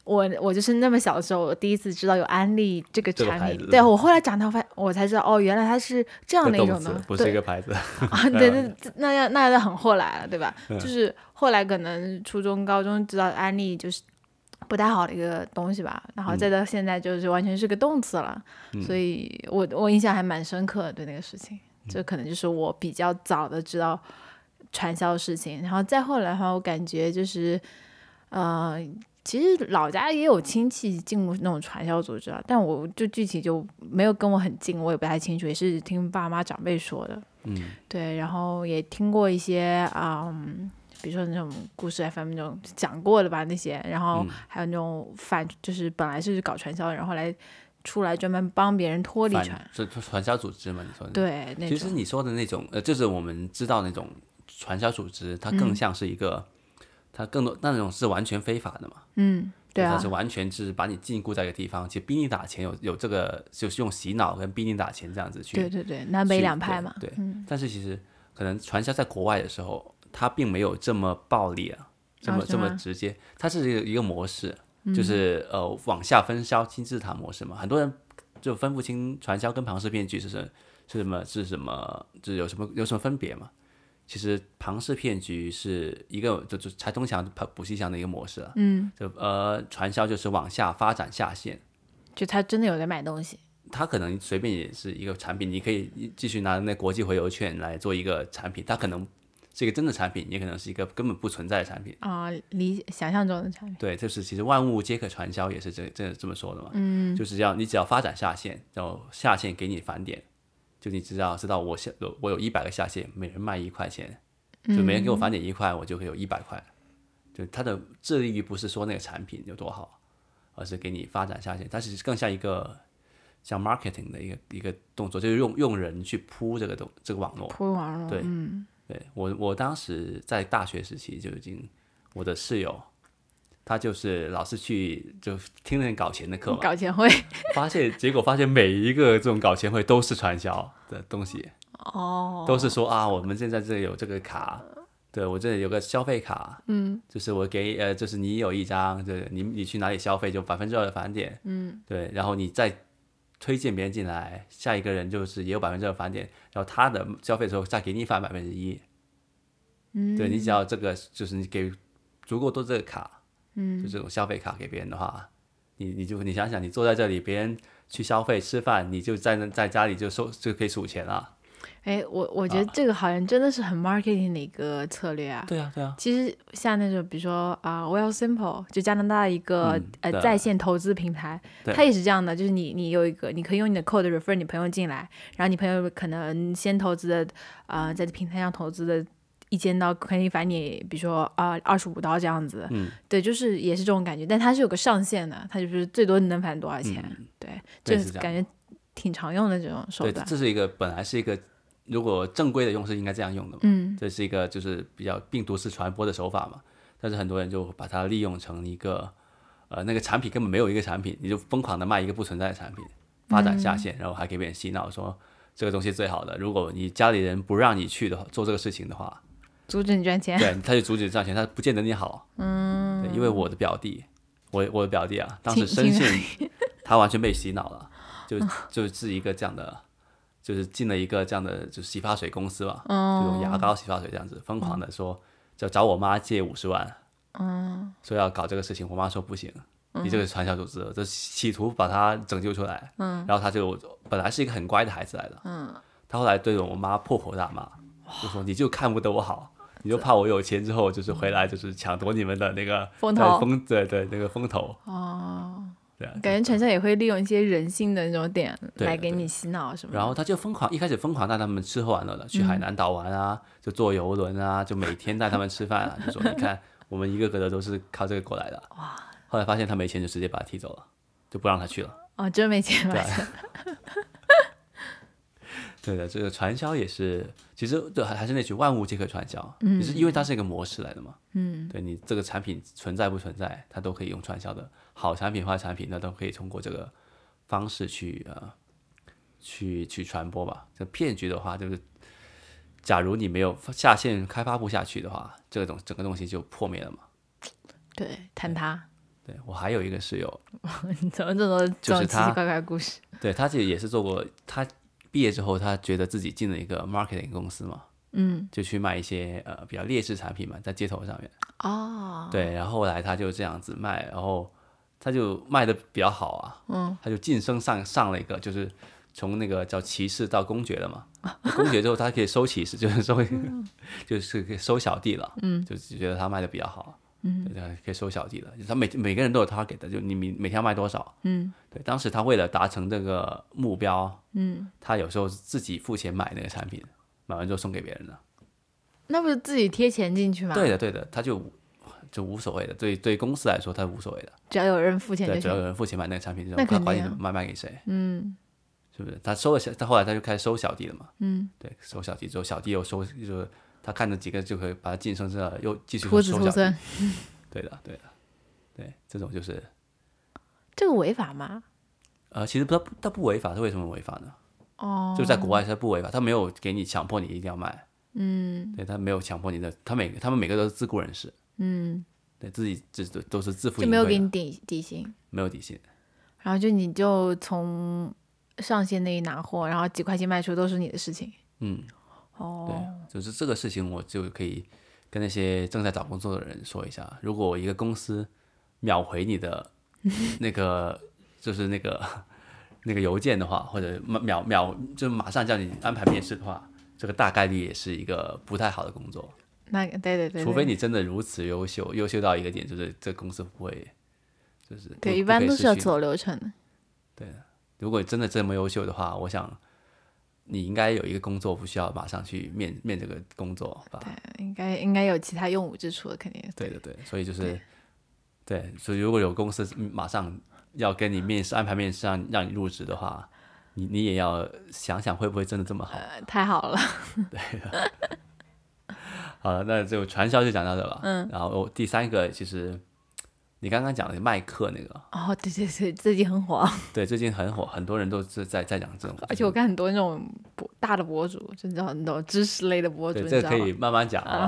Speaker 2: 我我就是那么小的时候，我第一次知道有安利这个
Speaker 1: 这个
Speaker 2: 产
Speaker 1: 牌
Speaker 2: 品。
Speaker 1: 子嗯
Speaker 2: 对我后来长大发，我才知道哦，原来它是这样的一
Speaker 1: 动
Speaker 2: 种
Speaker 1: 词
Speaker 2: 东西，
Speaker 1: 不是
Speaker 2: 对
Speaker 1: 一个嗯牌子，
Speaker 2: 啊，对对，这那要那要很后来了，对吧？就是后来可能初中、高中知道安利就是不太好的一个东西吧，然后再
Speaker 1: 嗯
Speaker 2: 到现在就是完全是个动词了，所以我我印象还蛮深刻的对那个事情，
Speaker 1: 嗯
Speaker 2: 这可能就是我比较早的知道传销的事情，然后再后来的话，我感觉就是，呃。其实老家也有亲戚进入那种传销组织啊，但我就具体就没有跟我很近，我也不太清楚，也是听爸妈长辈说的。
Speaker 1: 嗯，
Speaker 2: 对，然后也听过一些嗯，比如说那种故事 FM 那种讲过的吧那些，然
Speaker 1: 嗯
Speaker 2: 后还有那种反，就是本来是搞传销的，然后后来出来专门帮别人脱离
Speaker 1: 反
Speaker 2: 传，
Speaker 1: 是传销组织嘛？你说的，
Speaker 2: 对那
Speaker 1: 其实
Speaker 2: 种，
Speaker 1: 你说的那种，呃，就是我们知道那种传销组织，它
Speaker 2: 嗯
Speaker 1: 更像是一个，它更多那种是完全非法的嘛。
Speaker 2: 嗯，对
Speaker 1: 它
Speaker 2: 啊
Speaker 1: 是，完全是把你禁锢在一个地方，其实逼你打钱有有这个，就是用洗脑跟逼你打钱这样子去
Speaker 2: 对对对，南
Speaker 1: 去
Speaker 2: 北两
Speaker 1: 对
Speaker 2: 派嘛，嗯
Speaker 1: 对，但是其实可能传销在国外的时候，它并没有这么暴力啊，这
Speaker 2: 啊
Speaker 1: 么、
Speaker 2: 是
Speaker 1: 这么
Speaker 2: 吗嗯
Speaker 1: 直接，它是一个一个模式，就是、呃往下分销金字塔模式嘛，很多人就分不清传销跟庞氏骗局是什是什么是什么，就是有什么有什么分别嘛。其实庞氏骗局是一个就就财东墙补西墙的一个模式了、嗯，就呃传销就是往下发展下线，
Speaker 2: 就他真的有在买东西，
Speaker 1: 它可能随便也是一个产品，你可以继续拿那国际回邮券来做一个产品，它可能是一个真的产品，也可能是一个根本不存在的产品。
Speaker 2: 啊、理想象中的产品，
Speaker 1: 对，就是其实万物皆可传销，也是这这这么说的嘛。嗯，就是要你只要发展下线，然后下线给你返点，就你知道知道我下有我有一百个下线，每人卖一块钱，就每人给我返点一块，我就可以有一百块。就它的致力于不是说那个产品有多好，而是给你发展下线，它是更像一个像 marketing 的一个一个动作，就是用用人去铺这个东这个网络。
Speaker 2: 铺网络，
Speaker 1: 哦对
Speaker 2: 嗯，
Speaker 1: 对我，我当时在大学时期就已经，我的室友，他就是老是去就听人搞钱的课嘛，
Speaker 2: 搞钱会，
Speaker 1: 发现结果发现每一个这种搞钱会都是传销的东西，
Speaker 2: 哦，
Speaker 1: 都是说啊，我们现在这里有这个卡，对我这里有个消费卡，嗯，就是我给呃，就是你有一张，对你你去哪里消费就百分之二的返点，嗯，对，然后你再推荐别人进来，下一个人就是也有百分之二返点，然后他的消费的时候再给你返百分之一，嗯，对你只要这个就是你给足够多这个卡，嗯，就这种消费卡给别人的话，你你就你想想，你坐在这里，别人去消费吃饭，你就在那在家里就收就可以数钱了，
Speaker 2: 哎，我
Speaker 1: 啊
Speaker 2: 我觉得这个好像真的是很 marketing 的一个策略啊。
Speaker 1: 对啊，对啊。
Speaker 2: 其实像那种，比如说啊、w e l l Simple，就加拿大一个、
Speaker 1: 嗯
Speaker 2: 呃
Speaker 1: 对
Speaker 2: 在线投资平台，
Speaker 1: 对
Speaker 2: 它也是这样的，就是你你有一个，你可以用你的 code refer 你朋友进来，然后你朋友可能先投资的啊、
Speaker 1: 嗯
Speaker 2: 呃在平台上投资的一千刀，可以返你，比如说啊二十五刀这样子，
Speaker 1: 嗯，
Speaker 2: 对，就是也是这种感觉，但它是有个上限的，它就是最多能返多少钱，对，
Speaker 1: 对
Speaker 2: 这
Speaker 1: 嗯是这样
Speaker 2: 感觉挺常用的这种手
Speaker 1: 对，
Speaker 2: 段，
Speaker 1: 这是一个本来是一个，如果正规的用是应该这样用的嘛，
Speaker 2: 嗯
Speaker 1: 这是一个就是比较病毒式传播的手法嘛。但是很多人就把它利用成一个，呃，那个产品根本没有一个产品，你就疯狂的卖一个不存在的产品，发展
Speaker 2: 嗯
Speaker 1: 下线，然后还给别人洗脑说这个东西最好的。如果你家里人不让你去的话，做这个事情的话，
Speaker 2: 阻止你赚钱，
Speaker 1: 对，他就阻止你赚钱，他不见得你好。嗯，对，因为我的表弟，我我的表弟啊，当时
Speaker 2: 听
Speaker 1: 深
Speaker 2: 听
Speaker 1: 信 他完全被洗脑了， 就就是一个这样的，就是进了一个这样的，就是洗发水公司嘛，
Speaker 2: 哦
Speaker 1: 就用牙膏、洗发水这样子，疯狂的说，就找我妈借五十万，
Speaker 2: 哦
Speaker 1: 嗯，说要搞这个事情，我妈说不行。
Speaker 2: 嗯
Speaker 1: 你这个是传销组织，就企图把他拯救出来。嗯，然后他就本来是一个很乖的孩子来的。嗯，他后来对着我妈破口大骂，就说你就看不得我好， 你就怕我有钱之后就是回来就是抢夺你们的那个
Speaker 2: 风头
Speaker 1: 对风对对那个风头。
Speaker 2: 哦。
Speaker 1: 对啊，
Speaker 2: 感觉传销也会利用一些人性的那种点
Speaker 1: 对
Speaker 2: 来
Speaker 1: 的
Speaker 2: 给
Speaker 1: 对
Speaker 2: 你洗脑什么的。
Speaker 1: 然后他就疯狂，一开始疯狂带他们吃喝玩乐的，去海南岛玩啊，就坐游轮啊，就每天带他们吃饭啊，就说你看我们一个个的都是靠这个过来的。哇！后来发现他没钱，就直接把他踢走了，就不让他去了。
Speaker 2: 哦，真没钱买
Speaker 1: 对。对的，这个传销也是，其实对还还是那句万物皆可传销，嗯，是因为它是一个模式来的嘛，嗯，对你这个产品存在不存在，它都可以用传销的好产品、坏产品，那都可以通过这个方式去呃去去传播吧。这骗局的话，就是假如你没有下线开发布下去的话，这个东整个东西就破灭了嘛。
Speaker 2: 对，坍塌。
Speaker 1: 对我还有一个室友，
Speaker 2: 你怎么这么多这
Speaker 1: 就
Speaker 2: 种
Speaker 1: 是
Speaker 2: 奇
Speaker 1: 他
Speaker 2: 奇怪怪的故事？
Speaker 1: 对他其实也是做过，他毕业之后，他觉得自己进了一个 marketing 公司嘛，嗯，就去卖一些呃比较劣势产品嘛，在街头上面，
Speaker 2: 哦，
Speaker 1: 对，然后后来他就这样子卖，然后他就卖的比较好啊，嗯，他就晋升上上了一个，就是从那个叫骑士到公爵了 嘛，公爵之后他可以收骑士，就是 收，就是可以收小弟了，嗯，就觉得他卖的比较好。嗯，可以收小弟了。他每每个人都有 target 的，就你每每天要卖多少，
Speaker 2: 嗯
Speaker 1: 对，当时他为了达成这个目标，
Speaker 2: 嗯，
Speaker 1: 他有时候自己付钱买那个产品，买完之后送给别人了。
Speaker 2: 那不是自己贴钱进去吗？
Speaker 1: 对，的，对的，他就就无所谓的，对对公司来说他无所谓的，
Speaker 2: 只要有人付钱
Speaker 1: 对，
Speaker 2: 就
Speaker 1: 只要有
Speaker 2: 行。
Speaker 1: 人付钱买那个产品之后，
Speaker 2: 那
Speaker 1: 他
Speaker 2: 肯
Speaker 1: 管你
Speaker 2: 定啊
Speaker 1: 怎么卖卖给谁，
Speaker 2: 嗯
Speaker 1: 是不是？他收了小，他后来他就开始收小弟了嘛，
Speaker 2: 嗯，
Speaker 1: 对，收小弟之后，小弟又收，就是他看着几个就可以把他晋升至了，又继续收
Speaker 2: 徒子
Speaker 1: 小
Speaker 2: 徒
Speaker 1: 弟。
Speaker 2: 孙，
Speaker 1: 对的，对的，对，这种就是
Speaker 2: 这个违法吗？
Speaker 1: 呃，其实他不他不违法，他为什么违法呢？
Speaker 2: 哦，
Speaker 1: 就在国外他不违法，他没有给你强迫你一定要卖，
Speaker 2: 嗯
Speaker 1: 对他没有强迫你的，他每个他们每个都是自雇人士，
Speaker 2: 嗯，
Speaker 1: 对自己自都都是自负
Speaker 2: 就
Speaker 1: 盈
Speaker 2: 没有
Speaker 1: 亏
Speaker 2: 给
Speaker 1: 的，
Speaker 2: 你底底薪，
Speaker 1: 没有底薪，
Speaker 2: 然后就你就从上线那里拿货，然后几块钱卖出都是你的事情。
Speaker 1: 嗯，对
Speaker 2: 哦，，
Speaker 1: 就是这个事情我就可以跟那些正在找工作的人说一下，如果一个公司秒回你 的那个就是那个那个邮件的话，或者秒秒就马上叫你安排面试的话，这个大概率也是一个不太好的工作，
Speaker 2: 那对对对对，
Speaker 1: 除非你真的如此优秀，优秀到一个点，就是这公司不会。就是不
Speaker 2: 对，一
Speaker 1: 不
Speaker 2: 般
Speaker 1: 可以
Speaker 2: 都
Speaker 1: 失
Speaker 2: 是要
Speaker 1: 去你
Speaker 2: 走流程的。
Speaker 1: 如果真的这么优秀的话，我想你应该有一个工作不需要马上去面面这个工作吧？
Speaker 2: 对，哎应该应该有其他用武之处的，肯定
Speaker 1: 对的对，所以就是对，所以如果有公司马上要跟你面试安排面试让让你入职的话，你你也要想想会不会真的这么好。
Speaker 2: 呃太好了，
Speaker 1: 好了，那就传销就讲到这了。嗯，然后第三个其实你刚刚讲的麦克那个，
Speaker 2: 哦，对对对，最近 很火，
Speaker 1: 对，最近很火，很多人都是在在讲这种，
Speaker 2: 而且我看很多那种博大的博主，就你知道，你懂知识类的博主，
Speaker 1: 对，
Speaker 2: 你
Speaker 1: 这
Speaker 2: 知
Speaker 1: 个可
Speaker 2: 道吗
Speaker 1: 以？慢慢讲 啊。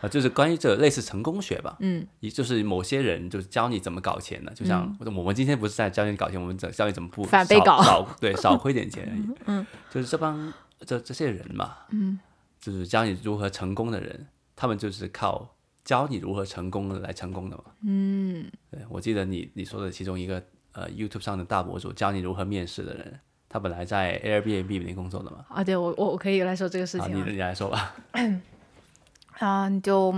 Speaker 1: 啊，就是关于这类似成功学吧，
Speaker 2: 嗯，
Speaker 1: 也就是某些人就是教你怎么搞钱的，就像我们今天不是在教你搞钱，我们教教你怎么不
Speaker 2: 嗯反被
Speaker 1: 少
Speaker 2: 搞
Speaker 1: 少 对少亏点钱而已。嗯， 就是这帮这这些人嘛，嗯，就是教你如何成功的人，他们就是靠教你如何成功的来成功的嘛。嗯，对我记得你你说的其中一个呃 YouTube 上的大博主教你如何面试的人，他本来在 Airbnb 里面工作的嘛。
Speaker 2: 啊，对我我我可以来说这个事
Speaker 1: 啊，
Speaker 2: 情
Speaker 1: 你
Speaker 2: 吗
Speaker 1: 你来说吧。
Speaker 2: 啊，你就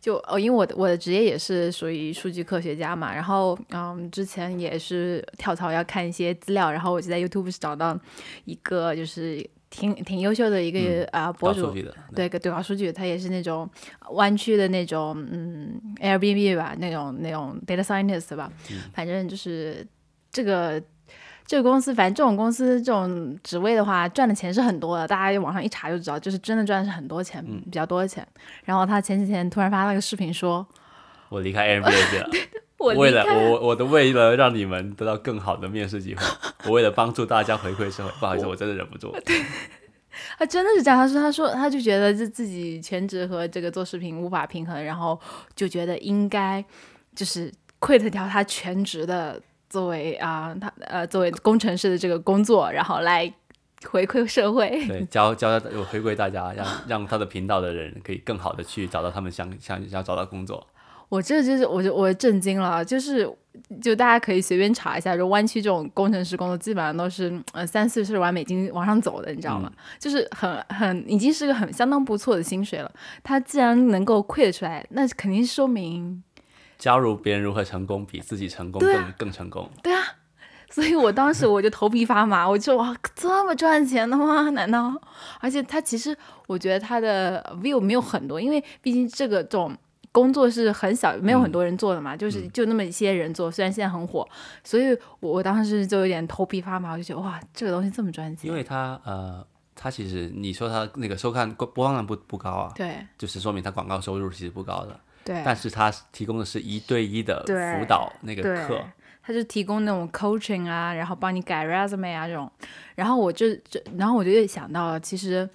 Speaker 2: 就哦，因为我的我的职业也是属于数据科学家嘛，然后嗯，之前也是跳槽要看一些资料，然后我就在 YouTube 是找到一个就是挺挺优秀的一个啊、博
Speaker 1: 搞
Speaker 2: 主
Speaker 1: 数，据的，
Speaker 2: 对，对搞数据，他也是那种湾区的那种，嗯，Airbnb 吧，那种那种 data scientist 吧，
Speaker 1: 嗯
Speaker 2: 反正就是这个这个公司，反正这种公司这种职位的话，赚的钱是很多的，大家网上一查就知道，就是真的赚的是很多钱，
Speaker 1: 嗯
Speaker 2: 比较多的钱。然后他前几天突然发了个视频说，
Speaker 1: 我离开 Airbnb 了。
Speaker 2: 我
Speaker 1: 为
Speaker 2: 离
Speaker 1: 了
Speaker 2: 开
Speaker 1: 我我的为了让你们得到更好的面试机 会，我为了帮助大家回馈社会，不好意思，我真的忍不住。
Speaker 2: 他真的是这样，他说，他说，他就觉得自自己全职和这个做视频无法平衡，然后就觉得应该就是 quit 掉他全职的作为啊、他呃作为工程师的这个工作，然后来回馈社会。
Speaker 1: 对，教教我回馈大家，让让他的频道的人可以更好的去找到他们想想想找到工作。
Speaker 2: 我这就是我就我震惊了，就是就大家可以随便查一下，就湾区这种工程师工作基本上都是呃三四十万美金往上走的，你知道吗？就是很很已经是个很相当不错的薪水了。他既然能够 quit 出来，那肯定说明。
Speaker 1: 教如别人如何成功，比自己成功
Speaker 2: 对
Speaker 1: 更、
Speaker 2: 啊
Speaker 1: 更成功。
Speaker 2: 所以我当时我就头皮发麻，我就哇，这么赚钱的吗？ 难道？而且他其实我觉得他的 view 没有很多，因为毕竟这个这种工作是很小，没有
Speaker 1: 嗯
Speaker 2: 很多人做的嘛，就是就那么一些人做，虽然现在很火，所以我我当时就有点头皮发麻，我就觉得哇，这个东西这么赚钱，
Speaker 1: 因为他呃，他其实你说他那个收看播播放量不不高啊，
Speaker 2: 对
Speaker 1: 就是说明他广告收入其实不高的，
Speaker 2: 对，
Speaker 1: 但是他提供的是一对一的
Speaker 2: 对
Speaker 1: 辅导那个课
Speaker 2: 对。，他就提供那种 coaching 啊，然后帮你改 resume 啊这种。然后我就这，然后我就也想到了，其实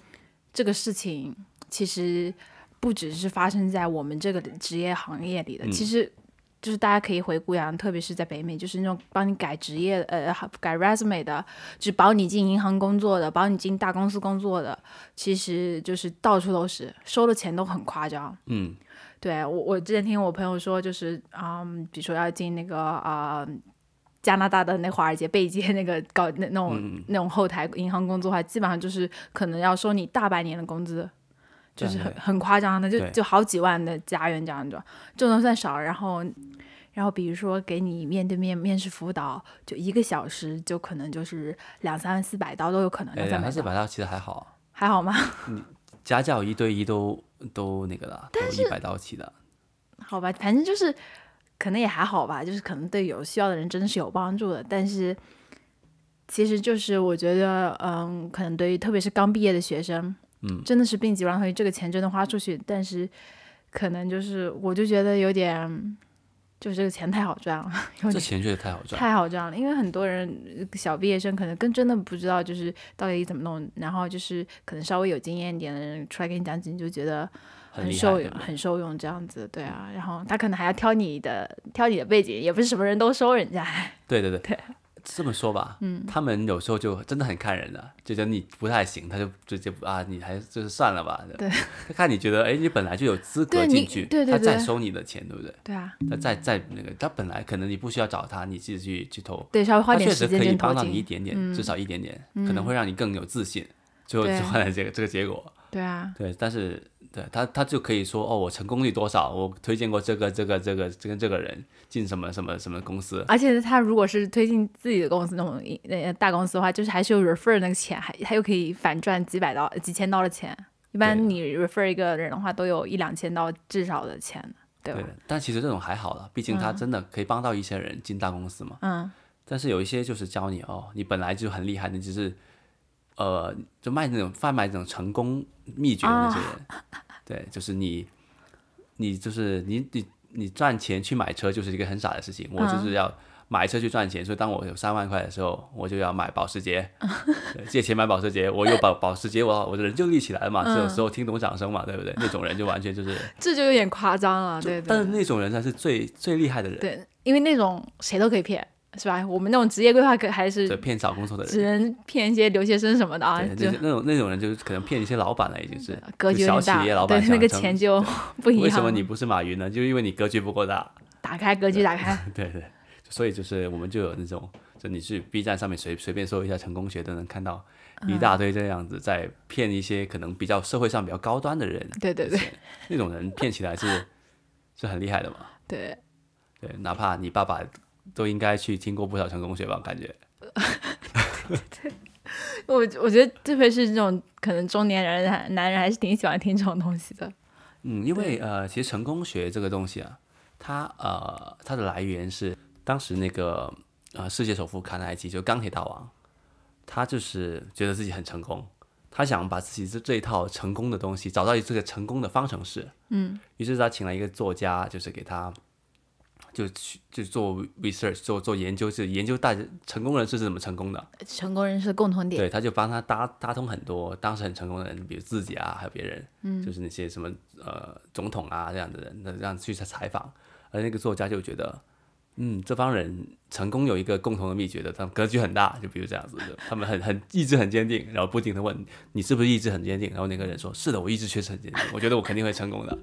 Speaker 2: 这个事情其实不只是发生在我们这个职业行业里的，其实。就是大家可以回顾一下，特别是在北美，就是那种帮你改职业呃改 resume 的，就是保你进银行工作的，保你进大公司工作的，其实就是到处都是，收的钱都很夸张。
Speaker 1: 嗯，
Speaker 2: 对我，我之前听我朋友说，就是啊、嗯比如说要进那个啊、加拿大的那华尔街 贝街那个搞那那种、
Speaker 1: 嗯
Speaker 2: 那种后台银行工作的话，基本上就是可能要收你大半年的工资，就
Speaker 1: 对
Speaker 2: 是很
Speaker 1: 对
Speaker 2: 很夸张的，就
Speaker 1: 对
Speaker 2: 就好几万的加元这样子，这种算少。然后，然后比如说给你面对面面试辅导，就一个小时，就可能就是两三四百刀都有可能，
Speaker 1: 哎，
Speaker 2: 两三
Speaker 1: 两
Speaker 2: 百
Speaker 1: 三四
Speaker 2: 刀
Speaker 1: 百刀其实还好啊。
Speaker 2: 还好吗？
Speaker 1: 家教一对一都都那个的，都一百刀起的。
Speaker 2: 好吧，反正就是可能也还好吧，就是可能对有需要的人真的是有帮助的，但是其实就是我觉得，嗯，可能对于特别是刚毕业的学生，嗯，真的是病急乱投医，这个钱真的花出去，但是可能就是我就觉得有点，就是这个钱太好赚了， 有
Speaker 1: 这
Speaker 2: 点。
Speaker 1: 钱确实太好赚，
Speaker 2: 嗯太好赚了，因为很多人呃小毕业生可能更真的不知道就是到底怎么弄，然后就是可能稍微有经验一点的人出来给你讲解，你就觉得
Speaker 1: 很
Speaker 2: 很
Speaker 1: 厉
Speaker 2: 受
Speaker 1: 害
Speaker 2: 用，
Speaker 1: 的。
Speaker 2: 很受用这样子，对啊。然后他可能还要挑你的，挑你的背景，也不是什么人都收人家。
Speaker 1: 对对对这么说吧，嗯，他们有时候就真的很看人的，就觉得你不太行，他就直接啊，你还就是算了吧。
Speaker 2: 对，
Speaker 1: 他看你觉得，哎，你本来就有资格
Speaker 2: 对
Speaker 1: 进
Speaker 2: 你
Speaker 1: 去，
Speaker 2: 对
Speaker 1: 他
Speaker 2: 对
Speaker 1: 再
Speaker 2: 对
Speaker 1: 收你的钱，对不对？
Speaker 2: 对啊，
Speaker 1: 他再再那个，他本来可能你不需要找他，你自己去去投，
Speaker 2: 对，稍微花
Speaker 1: 他
Speaker 2: 点
Speaker 1: 确
Speaker 2: 时
Speaker 1: 实可
Speaker 2: 间就
Speaker 1: 以
Speaker 2: 能投
Speaker 1: 帮到你一
Speaker 2: 进。
Speaker 1: 点
Speaker 2: 嗯
Speaker 1: 点，至少一点点，可能会让你更有自信。就
Speaker 2: 对
Speaker 1: 就换来这个这个结果。
Speaker 2: 对啊，
Speaker 1: 对，但是对他他就可以说哦，我成功率多少，我推荐过这个这个这个这个这个人进什么什么什么公司，
Speaker 2: 而且他如果是推进自己的公司那种呃大公司的话，就是还是有 refer 那个钱，还他又可以反赚几百刀、几千刀的钱。一
Speaker 1: 对
Speaker 2: 般
Speaker 1: 的
Speaker 2: 你 refer 一个人的话，都有一两千刀至少的钱的，对吧？
Speaker 1: 对的。但其实这种还好了，毕竟他真的可以帮到一些人进大公司嘛。
Speaker 2: 嗯，
Speaker 1: 但是有一些就是教你哦，你本来就很厉害，你只是呃就卖那种贩卖这种成功秘诀的那些人，
Speaker 2: 哦
Speaker 1: 对，就是你你就是你你你赚钱去买车就是一个很傻的事情，我
Speaker 2: 嗯
Speaker 1: 就是要。买车去赚钱，所以当我有三万块的时候，我就要买保时 捷，对借钱买保时捷，我有保保时捷，我我的人就立起来了嘛。
Speaker 2: 嗯
Speaker 1: 这种时候听懂掌声嘛，对不对？那种人就完全就是，
Speaker 2: 这就有点夸张了，对
Speaker 1: 但
Speaker 2: 对
Speaker 1: 是那种人才是最最厉害的人，
Speaker 2: 对，因为那种谁都可以骗，是吧？我们那种职业规划可还是
Speaker 1: 对骗找工作的人
Speaker 2: 只。能骗一些留学生什么的啊，
Speaker 1: 对，
Speaker 2: 就
Speaker 1: 那些那种那种人就是可能骗一些老板了，已经是
Speaker 2: 格
Speaker 1: 就
Speaker 2: 局有
Speaker 1: 小
Speaker 2: 点大
Speaker 1: 企业老，
Speaker 2: 对
Speaker 1: 板想
Speaker 2: 那个
Speaker 1: 成
Speaker 2: 钱就 不一样。
Speaker 1: 为什么你不是马云呢？就因为你格局不够大。
Speaker 2: 打开格局打 开？
Speaker 1: 对对，所以就是我们就有那种，就你去 B 站上面随随便搜一下成功学，都能看到
Speaker 2: 嗯
Speaker 1: 一大堆这样子在骗一些可能比较社会上比较高端的人。
Speaker 2: 对对对，
Speaker 1: 那种人骗起来是是很厉害的嘛。
Speaker 2: 对，
Speaker 1: 对，哪怕你爸爸都应该去听过不少成功学吧，感觉。
Speaker 2: 我我觉得特别是这种可能中年人还男人还是挺喜欢听这种东西的。
Speaker 1: 嗯，因为呃，其实成功学这个东西啊，它呃，它的来源是当时那个呃世界首富卡耐基，就钢铁大王，他就是觉得自己很成功，他想把自己这这一套成功的东西找到这个成功的方程式，嗯，于是他请了一个作家，就是给他。就去就做 research 做做研究，就研究大家成功人士是怎么成功的。
Speaker 2: 成功人士的共同点，
Speaker 1: 对，他就帮他搭搭通很多当时很成功的人，比如自己啊，还有别人，嗯，就是那些什么呃总统啊这样的人，那这样去采访，而那个作家就觉得，嗯，这帮人成功有一个共同的秘诀的，他们格局很大，就比如这样子的，他们很很意志很坚定，然后不停的问你是不是意志很坚定，然后那个人说是的，我意志确实很坚定，我觉得我肯定会成功的，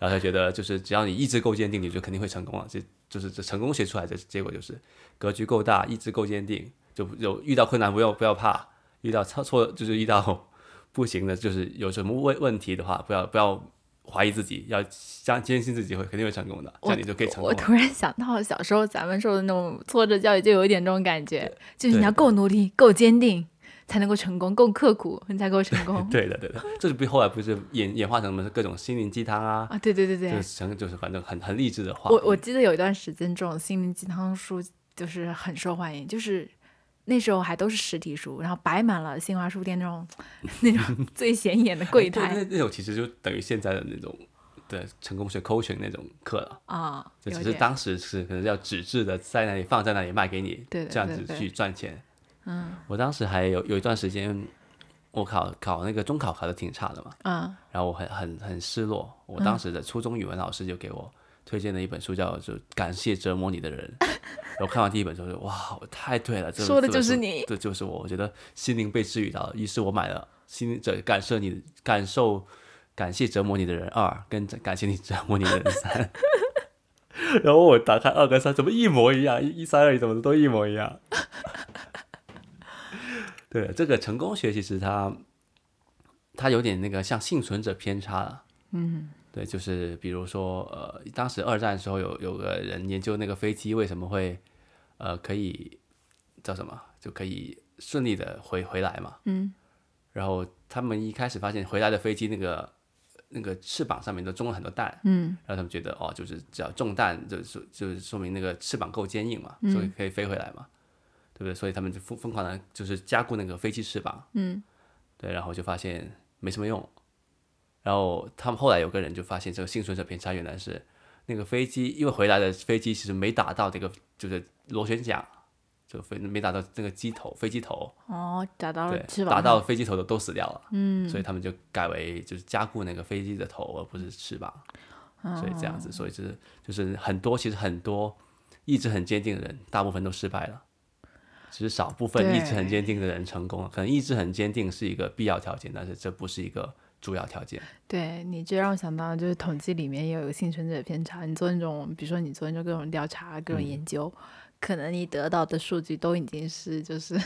Speaker 1: 然后他觉得就是只要你意志够坚定，你就肯定会成功了，啊这就是这成功学出来的结果就是格局够大，意志够坚定。就有遇到困难不要不要怕，遇到差错就是遇到不行的，就是有什么问问题的话，不要不要怀疑自己，要相坚信自己会肯定会成功的，这
Speaker 2: 我
Speaker 1: 样你就可以成功
Speaker 2: 我
Speaker 1: 了。
Speaker 2: 突然想到小时候咱们受的那种挫折教育，就有一点这种感觉，就是你
Speaker 1: 对
Speaker 2: 要够努力、够坚定，才能够成功；够刻苦，你才够 成功。
Speaker 1: 对的，对的，这就不后来不是演演化成什么各种心灵鸡汤啊，
Speaker 2: 啊，对对对对，
Speaker 1: 就是成就是反正很很励志的话。
Speaker 2: 我我记得有一段时间，这种心灵鸡汤书就是很受欢迎，就是那时候还都是实体书，然后摆满了新华书店那种那 种最显眼的柜
Speaker 1: 哎对
Speaker 2: 台
Speaker 1: 那那种其实就等于现在的那种对成功学 coaching 那种课了。
Speaker 2: 啊，
Speaker 1: 这
Speaker 2: 有
Speaker 1: 只是
Speaker 2: 点
Speaker 1: 当时是可能要纸质的，在那里放在那里卖给你，
Speaker 2: 对的
Speaker 1: 这样
Speaker 2: 对
Speaker 1: 子
Speaker 2: 对
Speaker 1: 去赚钱。嗯，我当时还有有一段时间，我考考那个中考考的挺差的嘛，
Speaker 2: 啊
Speaker 1: 然后我很很很失落。我
Speaker 2: 嗯
Speaker 1: 当时的初中语文老师就给我推荐了一本书，叫做《感谢折磨你的人》。我看完第一本书就哇，我太对了，这
Speaker 2: 说的
Speaker 1: 这本
Speaker 2: 就是
Speaker 1: 书
Speaker 2: 你
Speaker 1: 这就是我。我觉得心灵被治愈到了，于是我买了《心这感受你感受感谢折磨你的人二》跟《感谢你折磨你的人三》。 然后我打开二跟三，怎么一模一样？一一三二一怎么都一模一样？ 对，这个成功学其实它它有点那个像幸存者偏差了。嗯，对，就是比如说，呃，当时二战的时候有有个人研究那个飞机为什么会，呃，可以叫什么，就可以顺利的回回来嘛。
Speaker 2: 嗯，
Speaker 1: 然后他们一开始发现回来的飞机那个那个翅膀上面都中了很多蛋，
Speaker 2: 嗯，
Speaker 1: 然后他们觉得哦，就是只要中弹，就说就是说明那个翅膀够坚硬嘛，所以可以飞回来嘛，对不对？所以他们就疯疯狂的，就是加固那个飞机翅膀，
Speaker 2: 嗯，
Speaker 1: 对，然后就发现没什么用。然后他们后来有个人就发现这个幸存者偏差原来是那个飞机，因为回来的飞机其实没打到这个就是螺旋桨，就飞没打到那个机头飞机头，
Speaker 2: 哦，打到了翅
Speaker 1: 对，打
Speaker 2: 膀上，
Speaker 1: 到飞机头的都死掉了，嗯，所以他们就改为就是加固那个飞机的头，而不是翅膀，
Speaker 2: 啊
Speaker 1: 所以这样子，所以就是就是很多其实很多意志很坚定的人，大部分都失败了，只是少部分
Speaker 2: 对
Speaker 1: 意志很坚定的人成功了。可能意志很坚定是一个必要条件，但是这不是一个主要条件。
Speaker 2: 对你这让我想到，就是统计里面也有一个幸存者偏差。你做那种，比如说你做那种各种调查、
Speaker 1: 嗯
Speaker 2: 各种研 究，可能你得到的数据都已经是就是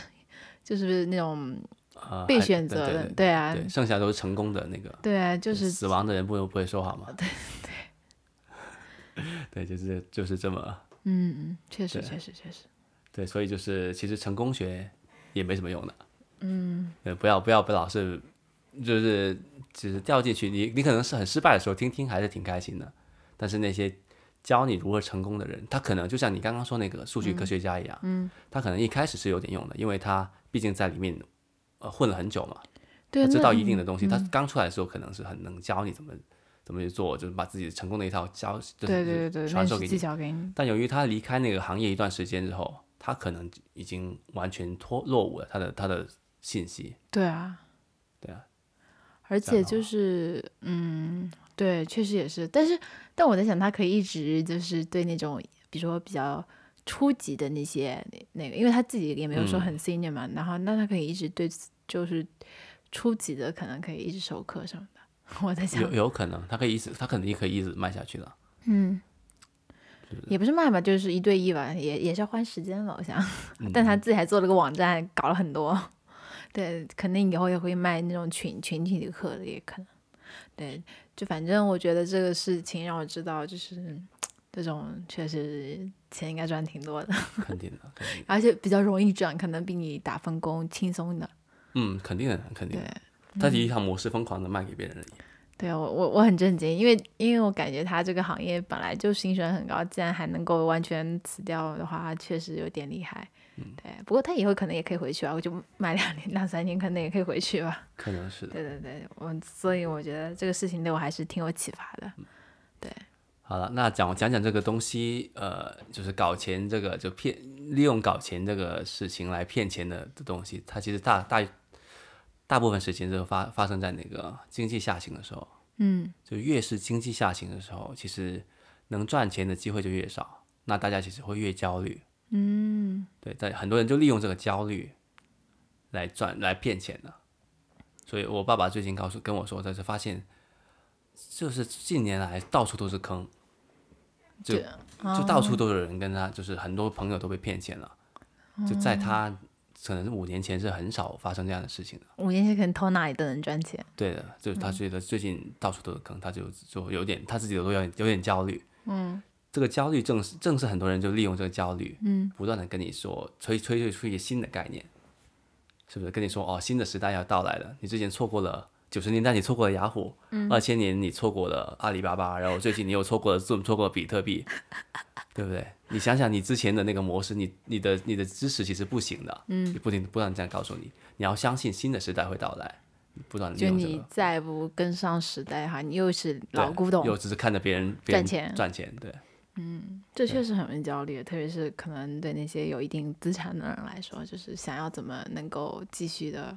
Speaker 2: 就是那种
Speaker 1: 啊，
Speaker 2: 被
Speaker 1: 还
Speaker 2: 选
Speaker 1: 对
Speaker 2: 择
Speaker 1: 对
Speaker 2: 的，
Speaker 1: 对
Speaker 2: 对啊，
Speaker 1: 对，剩下都是成功的那个，
Speaker 2: 对啊，就是
Speaker 1: 死亡的人不不会说 话嘛。对 对，对，就是就是这么
Speaker 2: 嗯嗯，确实
Speaker 1: 对
Speaker 2: 确实确实，
Speaker 1: 对，所以就是其实成功学也没什么用的。嗯，对，不要不要不老是就是只是掉进去，你你可能是很失败的时候听听还是挺开心的，但是那些教你如何成功的人，他可能就像你刚刚说那个数据科学家一样，嗯，他可能一开始是有点用的，因为他毕竟在里面呃混了很久嘛，
Speaker 2: 对，
Speaker 1: 他知啊
Speaker 2: 那嗯
Speaker 1: 道一定的东西，他刚出来的时候可能是很能教你怎么怎么去做，就是把自己成功的一套教，就是
Speaker 2: 对对对对，
Speaker 1: 传
Speaker 2: 面
Speaker 1: 授
Speaker 2: 试
Speaker 1: 给
Speaker 2: 技
Speaker 1: 你。
Speaker 2: 巧给你，
Speaker 1: 但由于他离开那个行业一段时间之后，他可能已经完全脱落伍了他的他的信息。
Speaker 2: 对啊，
Speaker 1: 对啊，
Speaker 2: 而
Speaker 1: 这样
Speaker 2: 且
Speaker 1: 的
Speaker 2: 就
Speaker 1: 话
Speaker 2: 是，嗯，对，确实也是。但是，但我在想，他可以一直就是对那种，比如说比较初级的那些那个，因为他自己也没有说
Speaker 1: 嗯
Speaker 2: 很 senior 嘛，然后那他可以一直对此就是初级的，可能可以一直授课什么的。 我在想
Speaker 1: 有，有可能他可以一直他肯定可以一直卖下去的。
Speaker 2: 嗯，也不是卖吧，就是一对一吧，也也是要花时间吧，我想。 但他自己还做了个网站，搞了很多。对，肯定以后也会卖那种群群体的课的，也可能。对，就反正我觉得这个事情让我知道，就是这种确实钱应该赚挺多的，
Speaker 1: 肯定的，肯定的
Speaker 2: 而且比较容易赚，可能比你打份工轻松的。
Speaker 1: 嗯，肯定的，肯定的。他以一套模式疯狂的卖给别人而已。
Speaker 2: 对我我我很震惊，因为因为我感觉他这个行业本来就薪水很高，竟然还能够完全辞掉的话，确实有点厉害。
Speaker 1: 嗯
Speaker 2: 对，不过他以后可能也可以回去吧，我就买两年、两三年，可能也可以回去吧。
Speaker 1: 可能是的。
Speaker 2: 对对对，我所以我觉得这个事情对我还是挺有启发的。
Speaker 1: 嗯好了，那讲讲讲这个东西，呃，就是搞钱这个，就骗利用搞钱这个事情来骗钱的的东西，它其实大大大部分时间都发发生在那个经济下行的时候。
Speaker 2: 嗯，
Speaker 1: 就越是经济下行的时候，其实能赚钱的机会就越少，那大家其实会越焦虑。嗯，对，但很多人就利用这个焦虑来赚来骗钱的。所以我爸爸最近告诉跟我说，他是发现，就是近年来到处都是坑，就
Speaker 2: 对
Speaker 1: 就到处都有人跟他，就是很多朋友都被骗钱了。就在他可能五年前是很少发生这样的事情的。
Speaker 2: 五年前可能偷哪里都能赚钱。
Speaker 1: 对的，就是他觉得最近到处都是坑，他就就有点他自己都有点有点焦虑。嗯，这个焦虑正是正是很多人就利用这个焦虑，嗯，不断的跟你说吹吹吹出一些新的概念，是不是？跟你说哦，新的时代要到来了，你之前错过了。九十年代你错过了雅虎，
Speaker 2: 嗯
Speaker 1: 二千、年你错过了阿里巴巴，然后最近你又错过了 Zoom，错过了比特 币，对不对？你想想你之前的那个模式，你你的你的知识其实不行的，嗯，不停不断地这样告诉你，你要相信新的时代会到来，不断的利
Speaker 2: 就
Speaker 1: 用这个。
Speaker 2: 你再不跟上时代哈，你又是
Speaker 1: 对啊
Speaker 2: 老古董，
Speaker 1: 又只是看着别人别
Speaker 2: 赚
Speaker 1: 人
Speaker 2: 钱
Speaker 1: 赚钱，对
Speaker 2: 这确实很容易焦虑，特别是可能对那些有一定资产的人来说，就是想要怎么能够继续的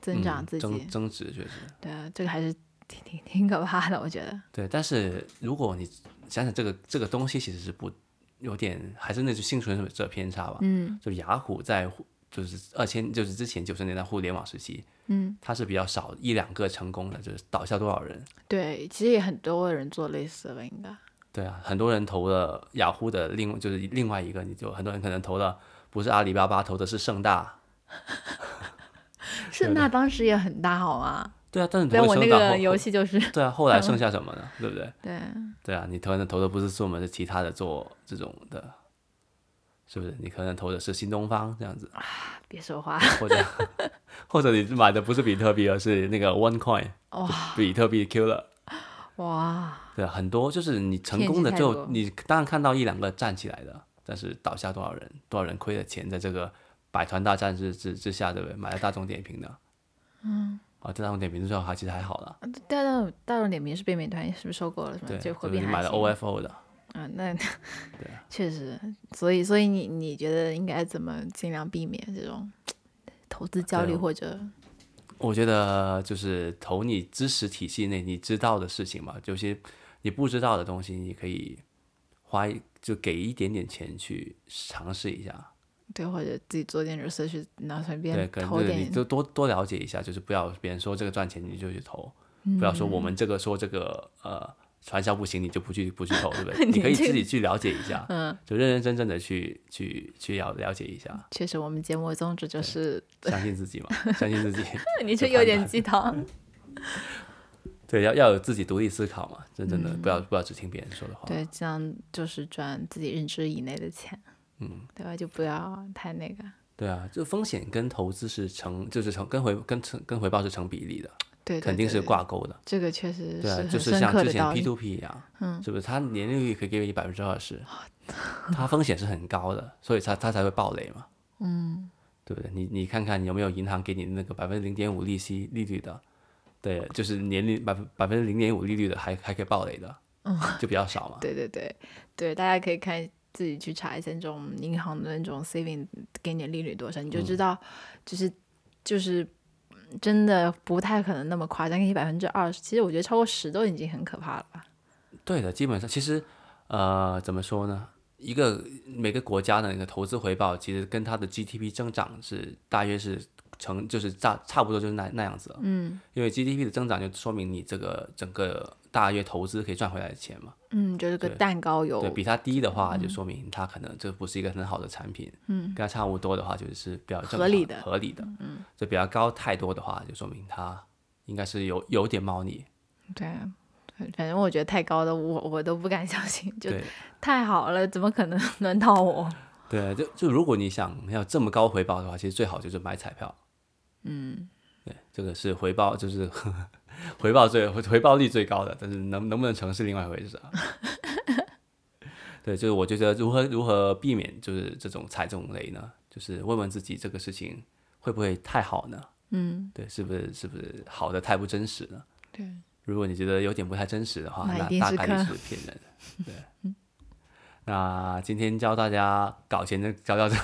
Speaker 2: 增长
Speaker 1: 嗯
Speaker 2: 自己，
Speaker 1: 增增值确实
Speaker 2: 对啊，这个还是挺挺挺可怕的，我觉得。
Speaker 1: 对。但是如果你想想这个这个东西其实是不有点还是那句幸存者偏差吧，嗯，就雅虎在互就是二千就是之前九十年代互联网时期，嗯，它是比较少一两个成功的，就是倒下多少人，
Speaker 2: 对，其实也很多人做类似的吧，应该。
Speaker 1: 对啊，很多人投了雅虎的另就是另外一个，你就很多人可能投了不是阿里巴巴，投的是盛大。
Speaker 2: 盛大当时也很大，好吗？
Speaker 1: 对啊，但是你
Speaker 2: 但
Speaker 1: 投
Speaker 2: 我那
Speaker 1: 盛大
Speaker 2: 个
Speaker 1: 后
Speaker 2: 游戏就是
Speaker 1: 对啊，后来剩下什么呢？对不对？
Speaker 2: 嗯
Speaker 1: 对
Speaker 2: 对，
Speaker 1: 啊，你投的投的不是做我们是其他的做这种的，是不是？你可能投的是新东方这样 子，
Speaker 2: 别说话，
Speaker 1: 或者 或者你买的不是比特币，而是那个 OneCoin，
Speaker 2: 哇
Speaker 1: 比特币 Q 了。
Speaker 2: 哇，
Speaker 1: 对啊，很多就是你成
Speaker 2: 骗
Speaker 1: 功
Speaker 2: 局
Speaker 1: 的
Speaker 2: 太
Speaker 1: 就
Speaker 2: 多
Speaker 1: 你当然看到一两个站起来的，但是倒下多少人，多少人亏了钱在这个百团大战之之之下，对不对？买了大众点评的，嗯，啊，大众点评之后还其实还好了，
Speaker 2: 大众大众点评是被美团是不是收购了什么？
Speaker 1: 对，
Speaker 2: 嗯就
Speaker 1: 就
Speaker 2: 回
Speaker 1: 是
Speaker 2: 避
Speaker 1: 你
Speaker 2: 还
Speaker 1: 买了
Speaker 2: 行
Speaker 1: OFO 的，
Speaker 2: 啊，那
Speaker 1: 啊
Speaker 2: 确实，所以所以你你觉得应该怎么尽量避免这种投资焦虑
Speaker 1: 对啊
Speaker 2: 或者
Speaker 1: 我觉得就是投你知识体系内你知道的事情嘛，有些你不知道的东西，你可以花一就给一点点钱去尝试一下，
Speaker 2: 对或者自己做点 research，然后随
Speaker 1: 对，
Speaker 2: 便
Speaker 1: 可能
Speaker 2: 投
Speaker 1: 就是你
Speaker 2: 点
Speaker 1: 多多多了嗯解一下，就是不要别人说这个赚钱你就去投，不要说我们这个说这个呃传销不行，你就不去不去投，对 不对？你可以自己去了解一下，嗯，就认认真真的去去去要了解一 下，
Speaker 2: 确实，我们节目的宗旨就是，
Speaker 1: 相信自己嘛，相信自己。
Speaker 2: 你这
Speaker 1: 就
Speaker 2: 有
Speaker 1: 判
Speaker 2: 点
Speaker 1: 断
Speaker 2: 鸡汤。
Speaker 1: 对，要要有自己独立思考嘛，真正的不要不要只听别人说的话。
Speaker 2: 对，这样就是赚自己认知以内的钱，嗯，对吧？就不要太那个。
Speaker 1: 对啊，就风险跟投资是成，就是成跟回跟成跟回报是成比例的，
Speaker 2: 对对
Speaker 1: 肯定是
Speaker 2: 对
Speaker 1: 挂钩的。
Speaker 2: 这个确实
Speaker 1: 对啊，
Speaker 2: 很
Speaker 1: 就是
Speaker 2: 深
Speaker 1: 像
Speaker 2: 刻
Speaker 1: 之
Speaker 2: 的
Speaker 1: 前
Speaker 2: 道
Speaker 1: P
Speaker 2: 理。
Speaker 1: 2 P 一样，嗯，是不是？它年利率可以给你百分之二十，它风险是很高的，所以它它才会暴雷嘛，嗯，对不对？你你看看有没有银行给你那个百分之零点五利息利率的，对，就是年利百分百分之零点五利率的还还可以暴雷的，嗯，就比较少嘛。
Speaker 2: 对对对对，大家可以看自己去查一下那种银行的那种 saving 给你的利率多少，你
Speaker 1: 嗯
Speaker 2: 就知道，就是、就是嗯真的不太可能那么夸张，给你百分之二十。其实我觉得超过十都已经很可怕了吧？
Speaker 1: 对的，基本上其实，呃，怎么说呢？一个每个国家的那个投资回报，其实跟它的 GDP 增长是大约是成，就是差差不多就是那那样子。嗯，因为 GDP 的增长就说明你这个整个大约投资可以赚回来的钱嘛。
Speaker 2: 嗯，就是个蛋糕有
Speaker 1: 对比它低的话，就说明它可能这不是一个很好的产品。嗯，跟它差不多的话，就是比较正
Speaker 2: 合理
Speaker 1: 常
Speaker 2: 的
Speaker 1: 合理的。嗯，就比它高太多的话，就说明它应该是有有点猫腻。
Speaker 2: 对。反反正我觉得太高的我我都不敢相信，就
Speaker 1: 对。
Speaker 2: 太好了，怎么可能 轮到我？
Speaker 1: 对，就就如果你想要这么高回报的话，其实最好就是买彩票。嗯，对，这个是回报，就是 回报最回报率最高的，但是能能不能成是另外一回事啊。 对，就是我觉得如何如何避免就是这种踩中雷呢？就是问问自己这个事情会不会太好呢？嗯，对，是不是是不是好的太不真实呢？
Speaker 2: 对，
Speaker 1: 如果你觉得有点不太真实的话，
Speaker 2: 那
Speaker 1: 那
Speaker 2: 一定
Speaker 1: 大
Speaker 2: 是
Speaker 1: 概率
Speaker 2: 坑
Speaker 1: 是骗人的。对， 那今天教大家搞钱的教教这，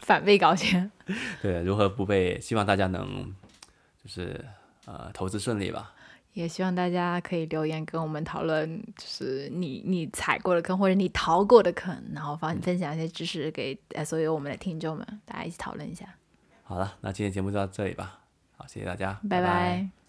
Speaker 2: 反被搞钱。
Speaker 1: 对，如何不被，希望大家能就是呃投资顺利吧。
Speaker 2: 也希望大家可以留言跟我们讨论，就是你你踩过的坑或者你逃过的坑，然后帮你分享一些知识给呃所有我们的听众们，大家一起讨论一下。
Speaker 1: 好了，那今天节目就到这里吧。好，谢谢大家，
Speaker 2: 拜
Speaker 1: 拜
Speaker 2: 拜